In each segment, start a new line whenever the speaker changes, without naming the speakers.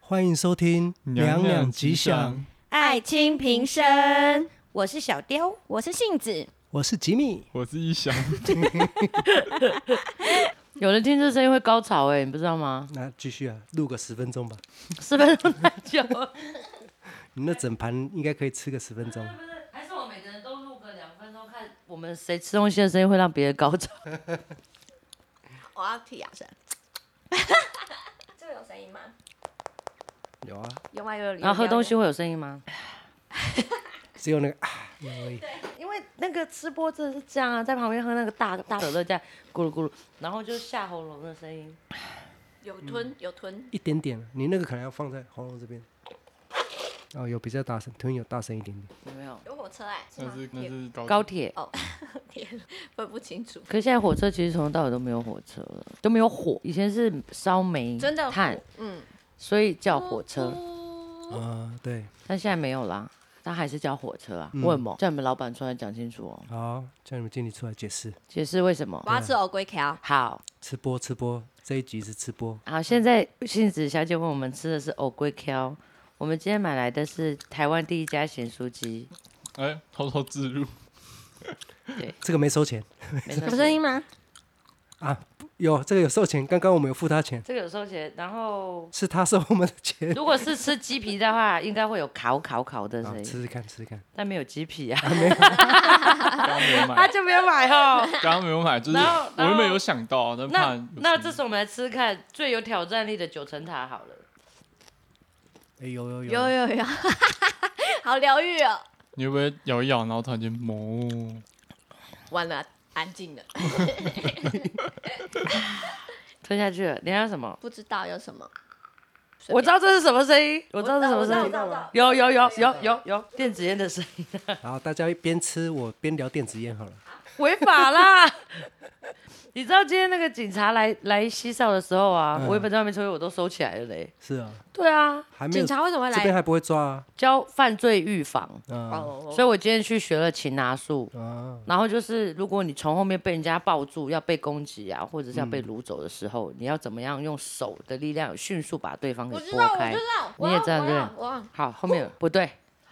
欢迎收听《娘娘吉祥》，
爱卿平生。我是小雕，
我是杏子，
我是吉米，
我是一翔。
有人听这声音会高潮哎、你不知道吗？
那继续啊，录个十分钟吧。
十分钟太 久了。
你那整盘应该可以吃个十分钟。
还是我每个人都录个两分钟，看我们谁吃东西的声音会让别人高潮。
我要剔 牙声。这个有声音吗？
有啊，
有吗？有有。
然后喝东西
有，
会有声音吗？
只有那个啊那而已。
因为那个吃播真的是这样啊，在旁边喝那个大大可乐，在咕噜咕噜，然后就是下喉咙的声音。
有吞有吞。
一点点，你那个可能要放在喉咙这边。哦，有比较大声，吞有大声一点点。
有没有？
有火车哎，是
那
吗？
是那是高
高铁。
天，分不清楚。
可是现在火车其实从头到尾都没有火车了，都没有火。以前是烧煤
真的
炭，，
嗯，
所以叫火车，
啊，对，
但现在没有啦，它还是叫火车啊。为什么？叫你们老板出来讲清楚哦，
好，叫你们经理出来解释。
解释为什么
我。要吃藕龟条。
好，
吃播吃播，这一集是吃播。
好，现在杏子小姐问我们吃的是藕龟壳，我们今天买来的是台湾第一家咸酥鸡，
哎，偷偷自 入，
这个没收钱
没错
有声音吗？
啊，有这个有收钱，刚刚我们有付他钱，
这个有收钱，然后
是他收我们的钱。
如果是吃鸡皮的话，应该会有烤烤烤的
好，
声
啊
音，
吃吃看，吃吃看。
但没有鸡皮啊，
刚刚没有
他
买，
就没有买哦。
刚刚没有买，就是
然后
我
然后
原本有想到，但怕
那
有
那
声音
这次我们来吃看最有挑战力的九层塔好了，
哎，有有
有
有，
有 有，好疗愈哦。
你会不会咬一咬，然后突然间哞？
完了，安静了，
吞下去了。你还有什么？
不知道有什么。
我知道这是什么声音，我知道这是什么
知道
声
我知
音。
道我知道
有有有有有有电子烟的声音，
好，大家一边吃我边聊电子烟好了。
违法啦！ 你知道今天那个警察来来西哨的时候啊，
嗯
我也本在外面抽烟我都收起来了嘞。
是啊，
对啊，
还没有
警察为什么会
这边
来？
还不会抓啊。
教犯罪预防，
嗯
哦
所以我今天去学了擒拿术。
啊，
然后就是，如果你从后面被人家抱住，要被攻击啊，或者是要被掳走的时候，你要怎么样用手的力量迅速把对方给
哎我知
拨
道，我
开
知？道，
你也知道对不对
我忘。
好，后面有不对，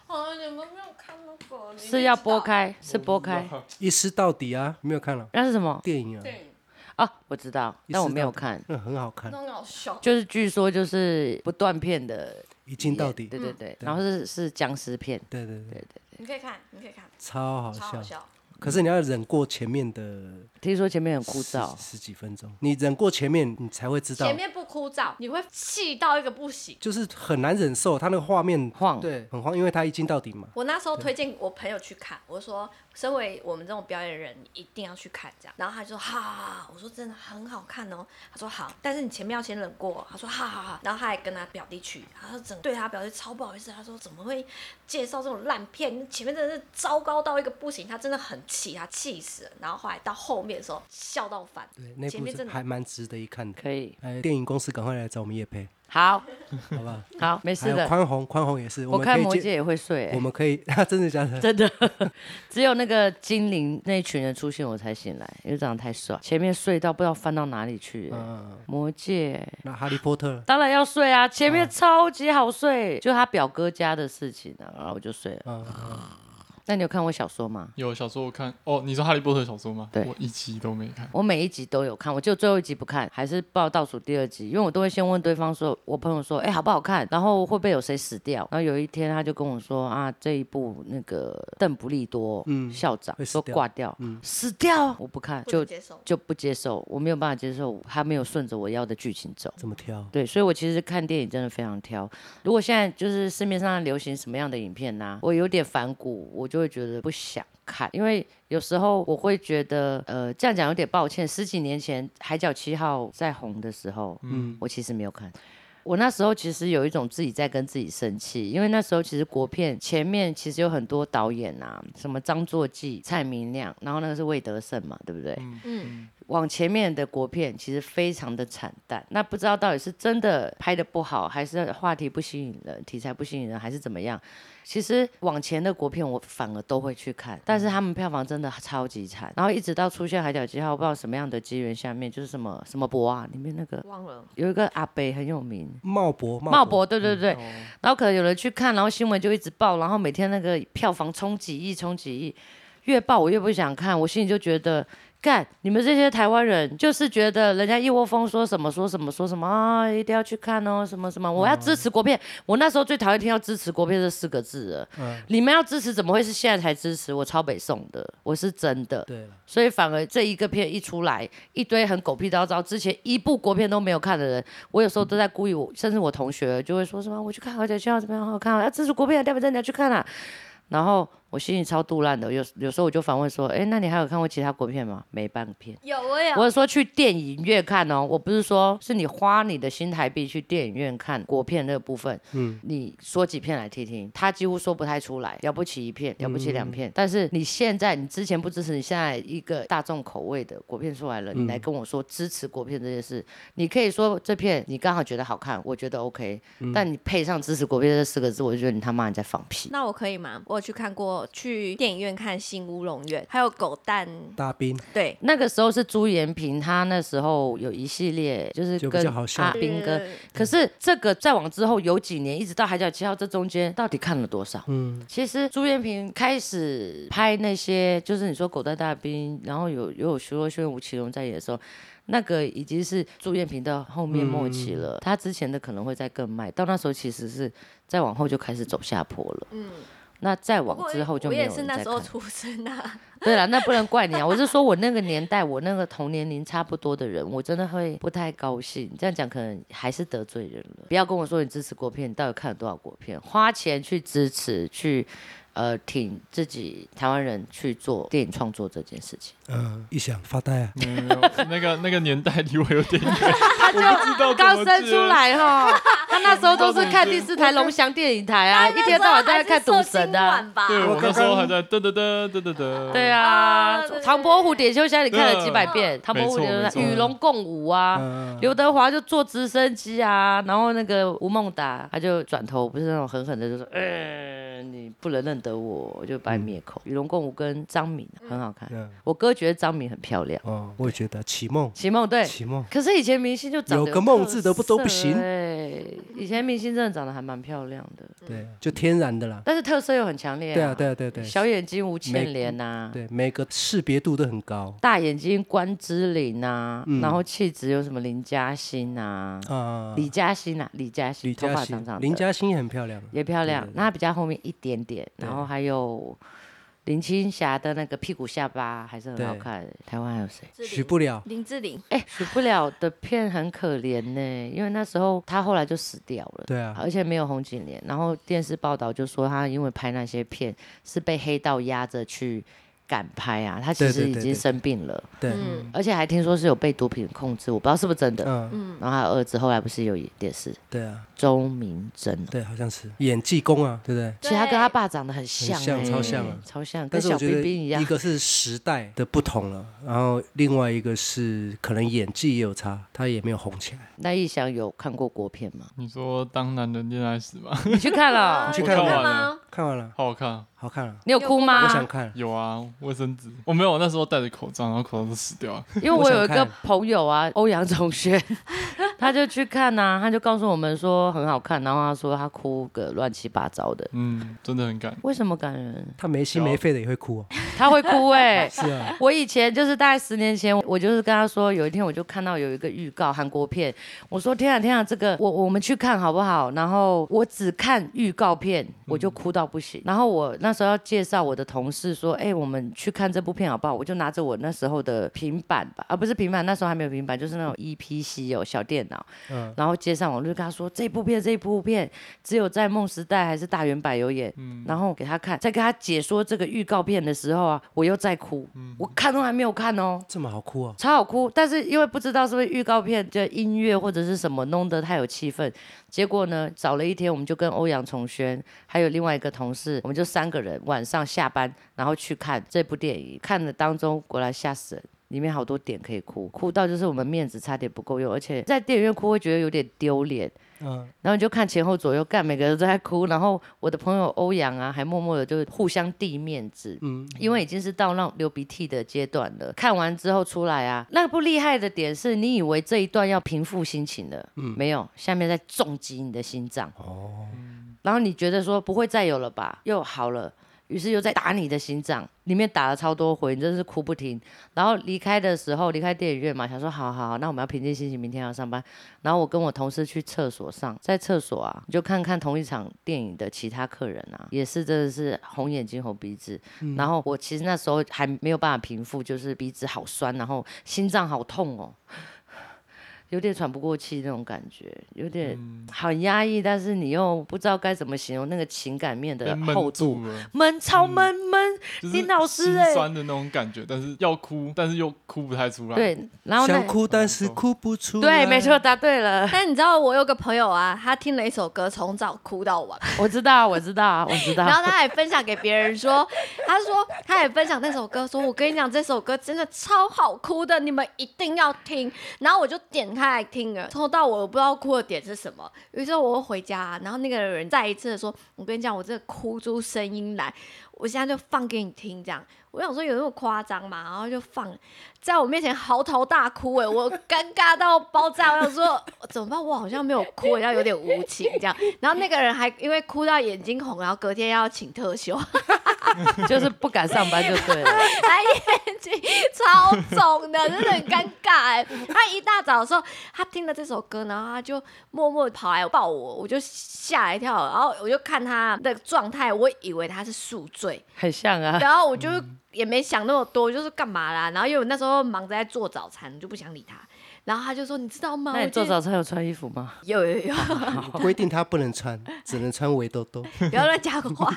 哦，你们没有看那个？你
是要
不知道
拨。开，是拨开，
一尸到底啊，没有看了
那是什么
电影啊，
对，
啊？我知道，但我没有看，
那很好看，
那种小
就是据说就是不断片的
一镜到底。嗯
对对对，然后是是僵尸片，
对对对，
你可以看，你可以看，
超好
超好
笑。
笑。
可是你要忍过前面的
听说前面很枯燥
十，十几分钟，你忍过前面，你才会知道
前，面不枯燥，你会气到一个不行。
就是很难忍受他那个画面
晃
对，很慌，因为他一镜到底嘛。
我那时候推荐我朋友去看，我说身为我们这种表演人，你一定要去看这样。然后他就说好好好，好我说真的很好看哦。他说好，但是你前面要先忍过哦。他说好好好，然后他还跟他表弟去，他说整对他表弟超不好意思，他说怎么会介绍这种烂片？前面真的是糟糕到一个不行，他真的很气，他气死了。然后后来到后面的时候笑到翻，
对，那
前
部
面真的
还蛮值得一看的。
可以，
哎，电影公司赶快来找我们叶配，
好
好不好？
好，没
还
事
有
的。
宽宏，宽宏也是，
我
们
看
可
《
以
魔
介
戒》也会睡、欸
我们可以， 真的假的？
真的， 只有那个精灵那一群人出现我才醒来，因为长得太帅，前面睡到不知道翻到哪里去了。
嗯，
魔戒
那哈利波特
当然要睡啊，
嗯
前面超级好睡，就他表哥家的事情啊，然后我就睡了。
嗯
那你有看我小说吗？
有小说我看哦，你说《哈利波特》小说吗？
对
我一集都没看。
我每一集都有看，我就最后一集不看，还是报倒数第二集，因为我都会先问对方说，我朋友说，哎、好不好看？然后会不会有谁死掉？然后有一天他就跟我说，啊，这一部那个邓布利多，校长
嗯会死
说
掉嗯
挂掉，死掉，我不看，
不能
就
接受。
就不接受，我没有办法接受，他没有顺着我要的剧情走。
怎么挑？
对，所以我其实看电影真的非常挑。如果现在就是市面上流行什么样的影片呐、我有点反骨，我就会觉得不想看，因为有时候我会觉得，呃，这样讲有点抱歉。十几年前《海角七号》在红的时候，
嗯，
我其实没有看。我那时候其实有一种自己在跟自己生气，因为那时候其实国片前面其实有很多导演啊，什么张作骥、蔡明亮，然后那个是魏德胜嘛，对不对？
嗯，
往前面的国片其实非常的惨淡，那不知道到底是真的拍的不好，还是话题不吸引人，题材不吸引人，还是怎么样？其实往前的国片我反而都会去看，但是他们票房真的超级惨。然后一直到出现《海角七号》，不知道什么样的机缘下面，就是什么什么博啊，里面那个
忘了，
有一个阿北很有名，
茂博，
茂
博，
博，对对对。
哦
然后可能有人去看，然后新闻就一直报，然后每天那个票房冲几亿，冲几亿，越报我越不想看，我心里就觉得。干！你们这些台湾人就是觉得人家一窝蜂说什么说什么说什么啊，一定要去看哦，什么什么，我要支持国片。我那时候最讨厌听到“支持国片”这四个字了。
嗯
你们要支持，怎么会是现在才支持？我超北宋的，我是真的。
对了，
所以反而这一个片一出来，一堆很狗屁叨叨，之前一部国片都没有看的人，我有时候都在故意我，甚至我同学就会说什么，我去看《而且七号》怎么样，好好看啊，要支持国片啊，代表真的要去看啊。然后我心里超杜烂的，有有时候我就反问说，哎，那你还有看过其他国片吗？没半片。
有我有
我是说去电影院看哦，我不是说是你花你的新台币去电影院看国片那个部分，
嗯，
你说几片来听听，他几乎说不太出来，了不起一片，了不起两片。但是你现在，你之前不支持，你现在一个大众口味的国片出来了，你来跟我说支持国片这件事，你可以说这片你刚好觉得好看，我觉得 OK，、但
嗯
你配上支持国片这四个字，我就觉得你他妈你在放屁。
那我可以吗？我有去看过，去电影院看《新乌龙院》，还有狗蛋，
大兵，
对，
那个时候是朱延平，他那时候有一系列就是
就比
跟
较好笑
阿兵哥，可是这个再往之后有几年，一直到《海角七号》这中间，到底看了多少？
嗯，
其实朱元平开始拍那些，就是你说《狗蛋大兵》，然后有又有徐若瑄、吴奇隆在演的时候，那个已经是朱元平的后面末期了。他之前的可能会再更卖，到那时候其实是再往后就开始走下坡了。
嗯，
那再
不
往
过
之后就
我
没
也
有
是
人
那
再
时候
看。
出生啊，
对了，那不能怪你啊！我是说我那个年代，我那个同年龄差不多的人，我真的会不太高兴。这样讲可能还是得罪人了。不要跟我说你支持国片，你到底看了多少国片？花钱去支持，去呃挺自己台湾人去做电影创作这件事情。
呃，一想发呆啊，
没有没有， 那个那个年代离我有点远，他就
刚生出，来哈，他那时候都是看第四台龙翔电影台啊，一天到晚都在看《赌神》啊。
吧
对我
我
那
刚
时候
刚
还在噔噔噔噔噔噔，
对啊
啊对对，对
唐伯虎点秋香你看了几百
对
遍，唐伯虎
没错
点秋香
没错？
与龙共舞啊，
嗯，
刘德华就坐直升机啊，然后那个吴孟达他就转头，不是那种狠狠的，就说：“呃，你不能认得我，我就把你灭口。与龙共舞跟张敏很好看，
嗯
我哥觉得张敏很漂亮。
哦，我也觉得启梦，
齐梦对，
启梦，
可是以前明星就长得
有个梦字的不都不行
对，以前明星真的长得还蛮漂亮的，
对，就天然的啦，
但是特色又很强烈、
对啊，对啊，对啊对啊，
小眼睛吴倩莲呐、
对，每个识别度都很高
啊大眼睛关之琳呐、
嗯
然后气质有什么林嘉欣呐、
啊。
李嘉欣呐，李嘉欣，
李
头
嘉
发
欣
长长，的，
林嘉欣也很漂亮，啊
也漂亮
对对，对
那她比较后面一点点，然后还有林青霞的那个屁股下巴还是很好看。台湾还有谁？
许不了，
林志玲，
哎，许不了的片很可怜呢、因为那时候她后来就死掉了。
对啊，
而且没有红景莲，然后电视报道就说她因为拍那些片是被黑道压着去赶拍啊，她其
对对
实已
对
经
对
生病了，
对，
嗯，
而且还听说是有被毒品控制，我不知道是不是真的。
嗯，
然后她儿子后来不是有演电视，
对啊，
周明珍
对，好像是演技工啊，对不对？
其实他跟
对
他爸长得很像、欸，
像超像啊
超像，跟
但是
小
我觉
冰
得
冰一样
一。个是时代的不同了，然后另外一个是可能演技也有差，他也没有红起来。
那逸翔有看过国片吗
你说《当男人恋爱时》 吗？
你去看了
啊
哦？
去
我
看
看
过
完了，
吗？
看完了，
好好看啊，
好看了，
你有哭
我
吗
想？看。
有啊，卫生纸，我没有，我那时候戴着口罩，然后口罩都湿掉了。
因为我有一
我
个
想看
朋友啊，欧阳同学， 他就去看呐、他就告诉我们说很好看，然后他说他哭个乱七八糟的。
嗯，真的很感人。
为什么感人？
他没心没肺的也会哭、哦，
他会哭哎、
是啊，
我以前就是大概十年前，我就是跟他说，有一天我就看到有一个预告韩国片，我说天啊天啊，这个我我们去看好不好？然后我只看预告片，我就哭到不行。然后我那时候要介绍我的同事说，哎、我们去看这部片好不好？我就拿着我那时候的平板吧，啊不是平板，那时候还没有平板，就是那种 EPC 哦小电脑，
嗯
然后接上网就跟他说这部片这部片只有在梦时代还是大圆柏有演，然后给他看，在跟他解说这个预告片的时候啊，我又在哭，我看都还没有看哦。
这么好哭哦，
超好哭，但是因为不知道是不是预告片就音乐或者是什么弄得太有气氛，结果呢，找了一天，我们就跟欧阳崇轩还有另外一个同事，我们就三个人晚上下班，然后去看这部电影。看的当中，果然吓死人，里面好多点可以
嗯
哭，哭到就是我们面子差点不够用，而且在电影院哭会觉得有点丢脸。
嗯，
然后你就看前后左右，干每个人都在哭，然后我的朋友欧阳啊，还默默的就互相递面子，
嗯，
因为已经是到让流鼻涕的阶段了。看完之后出来啊，那部厉害的点是你以为这一段要平复心情了，没有，下面在重击你的心脏，
嗯哦，
然后你觉得说不会再有了吧，又好了。于是又在打你的心脏，里面打了超多回，你真是哭不停。然后离开的时候，离开电影院嘛，想说好好好，那我们要平静心情，明天要上班。然后我跟我同事去厕所上，在厕所啊，你就看看同一场电影的其他客人啊，也是真的是红眼睛红鼻子。
嗯
然后我其实那时候还没有办法平复，就是鼻子好酸，然后心脏好痛哦，有点喘不过气那种感觉，有点
嗯
很压抑，但是你又不知道该怎么形容那个情感面
被
的厚
闷
度。
住了，
嗯
闷超闷闷，
就是
林老师
心
欸
酸的那种感觉，但是要哭，但是又哭不太出来。，
对，然后那
想哭但是哭不出来，
对，没错，，答对了，
但你知道我有个朋友啊，他听了一首歌从早哭到晚，
我知道，我知道，我知
然
道
后，他还分享给别人说， 他说他也分享那首歌，说我跟你讲这首歌真的超好哭的，你们一定要听。然后我就点开来听了，从头到尾我不知道哭的点是什么，于是我回家，然后那个人再一次的说，我跟你讲，我这哭出声音来，我现在就放给你听，这样。我想说有那么夸张嘛，然后就放在我面前嚎啕大哭、欸， 我尴尬到爆炸。我想说怎么办？我好像没有哭，好像有点无情这样。然后那个人还因为哭到眼睛红，然后隔天要请特休，
就是不敢上班就对 了。
他眼睛超肿的，真的很尴尬哎、他一大早的时候，他听了这首歌，然后他就默默跑来抱我，我就吓一跳，然后我就看他的状态，我以为他是宿醉，
很像 啊，
然后我就也没想那么多，就是干嘛啦？然后因为我那时候忙着在做早餐，我就不想理他。然后他就说：“你知道吗？
那
我
你做
今天
早餐有穿衣服吗？
有有有，
规定他不能穿， 只能穿围兜兜。
不要乱讲话。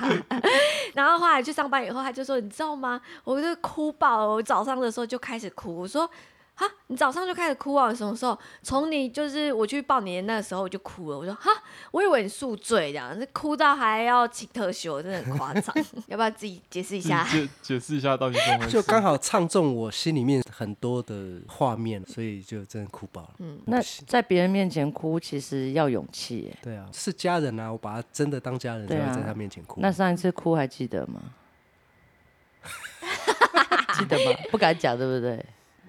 然后后来去上班以后，他就说：“你知道吗？我就哭爆了，我早上的时候就开始哭。”我说：“哈，你早上就开始哭啊？什么时候？从你就是我去抱你的那个时候我就哭了。”我说：“哈，我以为你宿醉这样，这哭到还要请特休，真的很夸张。 要不要自己解释一
你
下？
解解释一下到底怎么回事？
就刚好唱中我心里面很多的画面，所以就真的哭爆了。
那在别人面前哭，其实要勇气耶。
对啊，是家人啊，我把他真的当家人，才
对啊
会在他面前哭。
那上一次哭还记得 吗？记得吗？不敢讲，对不对？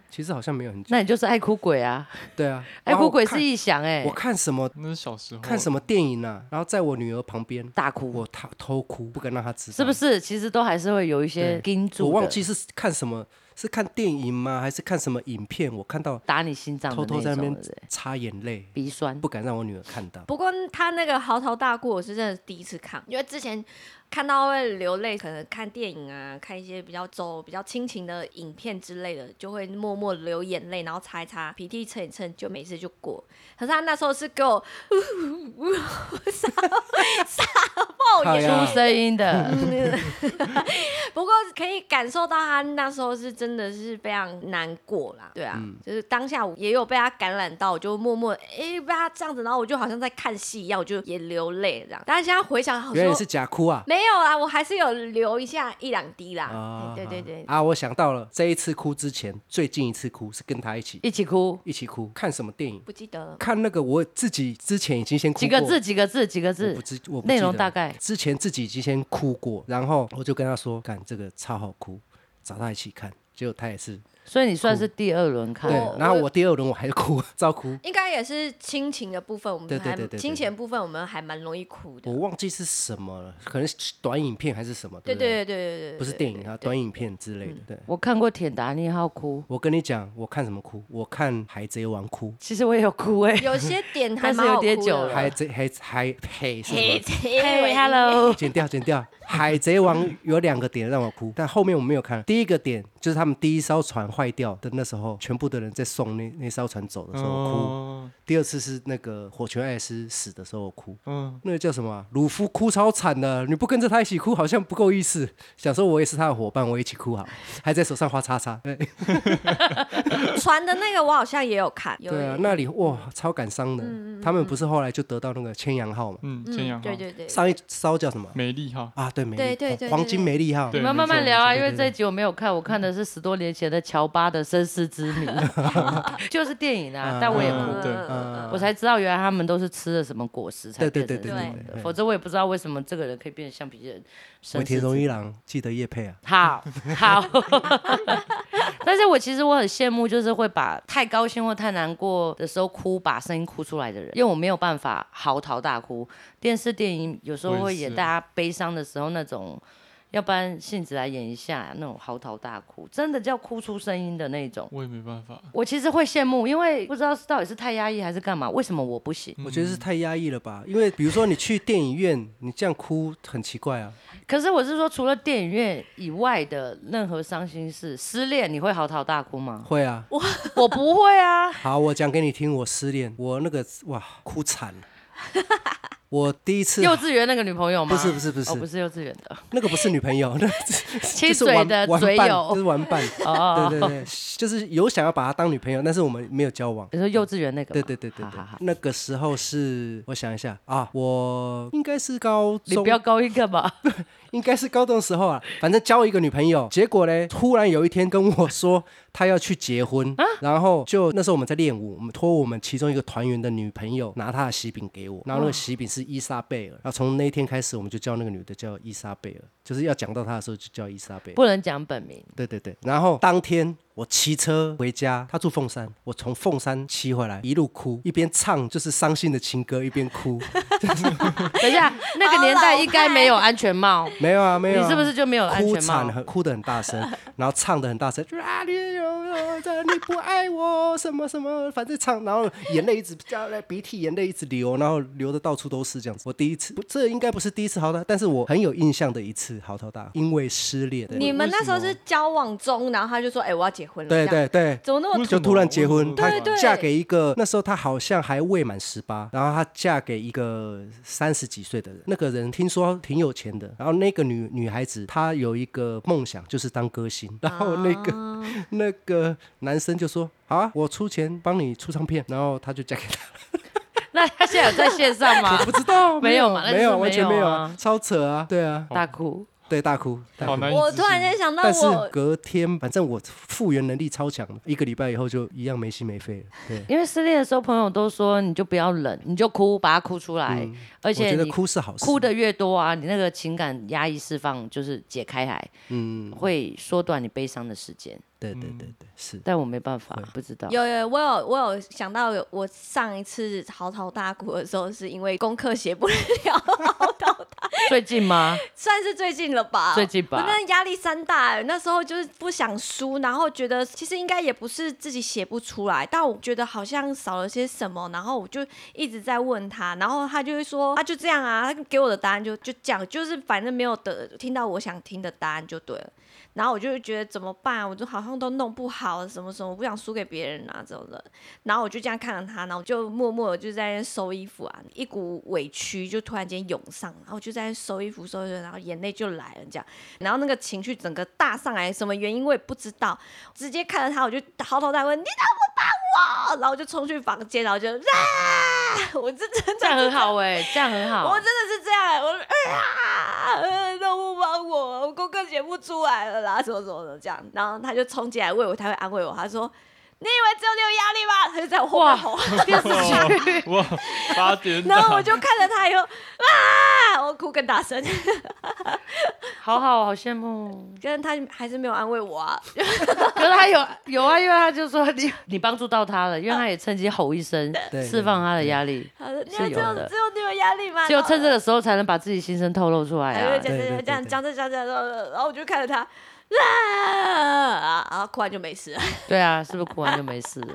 其实好像没有很久。
那你就是爱哭鬼啊！
对啊，
爱
哇
哭
我
鬼
看
是臆想哎、
我看什么
那是小时候
看什么电影啊，然后在我女儿旁边，
大哭
我嗯她偷哭，不敢让她知道。
是不？是？其实都还是会有一些盯住
我
的
忘记是看什么，是看电影吗？还是看什么影片？我看到
打你心脏的
偷
那种
偷在那
对
边
不对
擦眼泪，
鼻酸
不敢让我女儿看到。
不过他那个嚎啕大哭，我是真的第一次看，因为之前看到会哎流泪，可能看电影啊，看一些比较走比较亲情的影片之类的，就会默默流眼泪，然后擦一擦，鼻涕蹭一蹭，就没事就过。可是他那时候是给我撒撒爆
靠
眼，
呀
出声音的，
不过可以感受到他那时候是真的是非常难过啦，对啊，就是当下我也有被他感染到，我就默默诶被他这样子，然后我就好像在看戏一样，我就也流泪这样。但是现在回想，好
原来
像
是假哭啊！
没有啊，我还是有流一下一两滴啦。哎
啊，
对对对，
啊！我想到了，这一次哭之前，最近一次哭是跟她一起
一起哭。
一起哭，看什么电影？
不记得了。
看那个我自己之前已经先哭
几个
过
字？几个字？几个
我
字
不？知我不
内
记
容
得
大
了
概
之前自己已经先哭过，然后我就跟他说，干这个超好哭，找他一起看，结果他也是
所以你算是第二轮看
对
的，，
然后我第二轮我还是哭，照哭，
应该也是亲情的部分，我们
对对
还
对对对哦
亲情的部分我们还蛮容易哭的
我。忘记是什么了，可能是短影片还是什么，
对
不
对对对对对，
不是电影啊，短影片之类的。对，
我看过《铁达尼号》哭，
我跟你讲，我看什么哭？我看《海贼王》哭，
其实我也有哭哎、
有些点还
但是
蛮好
有点
哭
久
的
了
啊
海贼海海呸是什么？
嘿，Hello，
剪掉，剪 掉。海贼王有两个点让我哭，但后面我没有看。第一个点就是他们第一艘船坏掉的那时候，全部的人在送那那艘船走的时候我哭。
哦
第二次是那个火拳艾斯死的时候我哭，
嗯，
那个叫什么啊、鲁夫哭超惨的，你不跟着他一起哭好像不够意思。想说我也是他的伙伴，我一起哭好了，还在手上画叉叉。对
船的那个我好像也有看，有
对啊，那里哇超感伤的。他们不是后来就得到那个千阳号嘛？
嗯，
嗯
千阳号，
对对对，
上一艘叫什么
美丽号，
啊？对，美丽
对对对对
黄金
对
美丽号
你
对。
们慢慢
没错
聊啊，
没错
因为
对对
这一集我没有看，我看的是十多年前的《乔乔巴的身世之 谜，就是电影啊，但我也哭
嗯对
我才知道原来他们都是吃了什么果实才
对对
变成
对
这
对
样
对
的
对
否则我也不知道为什么这个人可以变成橡皮人。
尾
神
田
之
荣
子
一郎记得叶配啊，
好 好，但是我其实我很羡慕，就是会把太高兴或太难过的时候哭，把声音哭出来的人，因为我没有办法嚎啕大哭。电视电影有时候
我
会
也是
演大家悲伤的时候那种，要不然杏子来演一下那种嚎啕大哭，真的叫哭出声音的那种。
我也没办法。
我其实会羡慕，因为不知道是到底是太压抑还是干嘛，为什么我不行？
我觉得是太压抑了吧？因为比如说你去电影院，你这样哭很奇怪啊。
可是我是说，除了电影院以外的任何伤心事，失恋你会嚎啕大哭吗？
会啊，
我不会啊。
好，我讲给你听，我失恋，我那个哇哭惨了。我第一次
幼稚园那个女朋友
不
吗？
是不是不是
哦，不是幼稚园的，
那个不是女朋友，那是就
亲
是
嘴
玩
的
玩
嘴
伴
友
就。是玩伴。
哦 哦
对对对，就是有想要把她当女朋友，但是我们没有交往。
你说幼稚园那个
对
吗？
对对对
好
对
好好，，
那个时候是我想一下啊，我应该是高
你
中
不，要高音 干嘛？
应该是高中的时候啊，反正交一个女朋友，结果嘞，突然有一天跟我说她要去结婚，
啊
然后就那时候我们在练舞，我们托我们其中一个团员的女朋友拿她的喜饼给我，然后那个喜饼是伊莎贝尔，然后从那一天开始我们就叫那个女的叫伊莎贝尔，就是要讲到她的时候就叫伊莎贝尔。
不能讲本名，
对对对，然后当天我骑车回家，他住凤山，我从凤山骑回来，一路哭，一边唱就是伤心的情歌，一边哭。
等一下，那个年代应该没有安全帽，
没有啊，没有、啊，
你是不是就没有安
哭
全
惨
帽？
很哭得很大声， 然后唱得很大声，就啊你有的你不爱我什么什么， 反正唱，然后眼泪一直掉来，鼻涕眼泪一直流，然后流的到处都是这样子。我第一次，不这应该不是第一次嚎啕，但是我很有印象的一次嚎啕大哭，因为失恋。对
你们那时候是交往中，然后他就说：“哎、我要结婚了。”
对
这
对
样，
对，
怎么那么
为
突
什
就突然结
为什
婚，
么
她
对
对
嫁给一个那时候她好像还未满十八，然后她嫁给一个三十几岁的人。那个人听说挺有钱的，然后那个女女孩子她有一个梦想就是当歌星，
啊
然后那个、那个男生就说：“好啊，我出钱帮你出唱片。”然后她就嫁给他，
那他现在有在线 上吗？
不知道
没有嘛那就是
没有完全
没
没
有
有
啊
啊，超扯啊，对啊，
大哭，
对大哭，大
好
哭。
难以置信。
我突然间想到
但是
我，
隔天，反正我复原能力超强，一个礼拜以后就一样没心没肺了。对，
因为失恋的时候，朋友都说你就不要忍，你就哭，把它哭出来，而
嗯我
且
觉得
你
哭是好事，
哭的越多啊，你那个情感压抑释放就是解开来，嗯，会缩短你悲伤的时间。
对对对对，是。
但我没办法，不知道。
有有，我有我有想到有，我上一次嚎啕大哭的时候，是因为功课写不了，
最近吗？
算是最近了吧？
最近吧
我那压力山大、那时候就是不想输，然后觉得其实应该也不是自己写不出来，但我觉得好像少了些什么，然后我就一直在问他，然后他就会说，他就这样啊，他给我的答案就就这样，就是反正没有得听到我想听的答案就对了。然后我就会觉得怎么办？我就好像都弄不好，什么什么，我不想输给别人啊，这种的。然后我就这样看着他，然后我就默默的就在那边收衣服啊，一股委屈就突然间涌上，然后我就在那边收衣服收一收，然后眼泪就来了这样，然后那个情绪整个大上来，什么原因我也不知道，直接看着他我就嚎啕大哭，你怎么帮我？然后我就冲去房间，然后就啊，我这真
这
的
样很好哎、这样很好
我。真的是这样，我啊，呃都不帮我，我功课写不出来了啦，什么什么的这样。然后他就冲进来喂我，他会安慰我，他说：“你以为只有你有压力吗？”他就在我后面吼。
哇，哇八点
然后我
档，
就看着他以后，啊，我哭更大声，
好好，好羡 慕。
但是他还是没有安慰我啊。
可是他有有啊，因为他就说 你你帮助到他了，因为他也趁机吼一声，
对
释放他的压力。
他说：“你
是
有只
有
有
的
只有你有压力吗？”
只有趁这
个。
个时候才能把自己心声透露出来
然后
啊
就！哎讲
对对
讲
对
讲
对
讲这讲这，然后我就看着他，啊，然后哭完就没事了。
对啊，是不是哭完就没事了？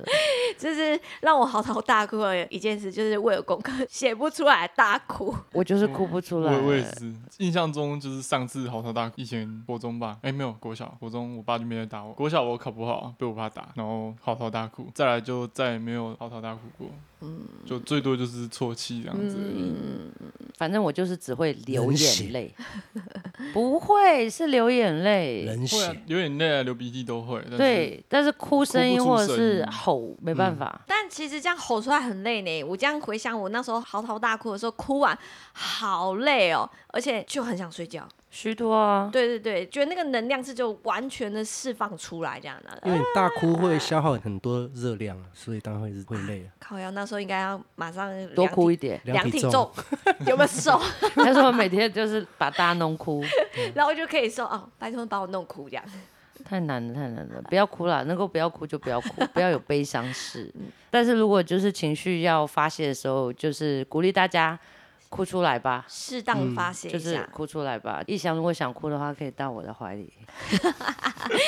就是让我嚎啕大哭的一件事，就是为了功课写不出来大哭。
我就是哭不出来。
我我也是，印象中就是上次嚎啕大哭，以前国中吧，哎、没有国小，国中我爸就没来打我，国小我考不好被我爸打，然后嚎啕大哭，再来就再也没有嚎啕大哭过，
嗯
就最多就是啜泣这样子而已。
反正我就是只会流
人血
眼泪，不会是流眼泪。
嗯
人
会啊
血，
流眼泪、啊、流鼻涕都会，但是
对，但是哭声音
哭不
或
出
者
声
是
音
吼没办法。
但其实这样吼出来很累呢。我这样回想，我那时候嚎啕大哭的时候，哭完好累哦，而且就很想睡觉。
虚脱啊。
对对对，觉得那个能量是就完全的释放出来这样的、
因为你大哭会消耗很多热量啊，所以当然会会累啊。
靠腰那时候应该要马上
多
量
哭
体
一 点，
量
量
体重
体重有没有瘦，
那时候每天就是把大家弄哭，
然后我就可以说哦，拜托把我弄哭这样。
太难了，太难了，不要哭了，能够不要哭就不要哭，不要有悲伤事。
嗯
但是如果就是情绪要发泄的时候，就是鼓励大家哭出来吧，
适当发泄
就
一
是
下。
哭出来吧。一翔如果想哭的话，可以到我的怀 里，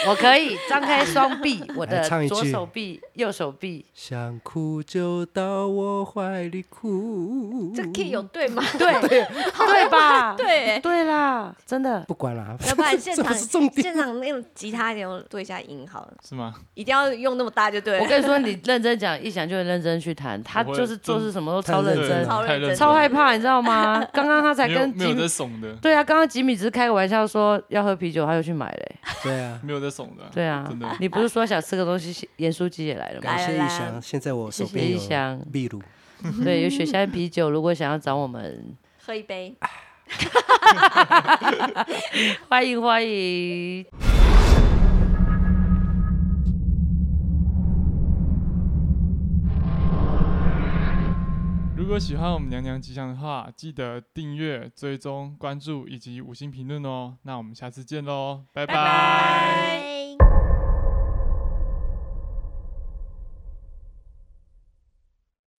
我可以张开双臂，我的
来唱一句
左手臂、右手 臂。
想哭就到我怀里哭。
这 key 有对吗？
对对吧？
对，
对啦，真的
不管啦，
要不然现
这
场
不是重点。
现场那种吉他你要对一下音好了，
是吗？
一定要用那么大就对
我
了。
跟你说，你认真讲，一想就会认真去谈。他
我会
就是做
真
事什么都
嗯太
超认
认
真
真，了
超认
太认
真
真，
超害怕，你知道 吗？刚刚他才
没有
跟
没
吉
有在
米，
怂的，
对啊，刚刚吉米只是开个玩笑说要喝啤酒，他又去买嘞、
对啊，
没有在怂的啊，
对啊
真的，
你不是说想吃个东西，盐酥鸡也来了吗？
感谢
来
一
啦
翔，现在我手
谢谢
边
一翔
有秘鲁，
对，有雪山啤酒，如果想要找我们，
喝一杯。
欢迎欢迎。
如果喜欢我们娘娘吉祥的话，记得订阅、追踪、关注以及五星评论哦。那我们下次见喽，拜拜
拜。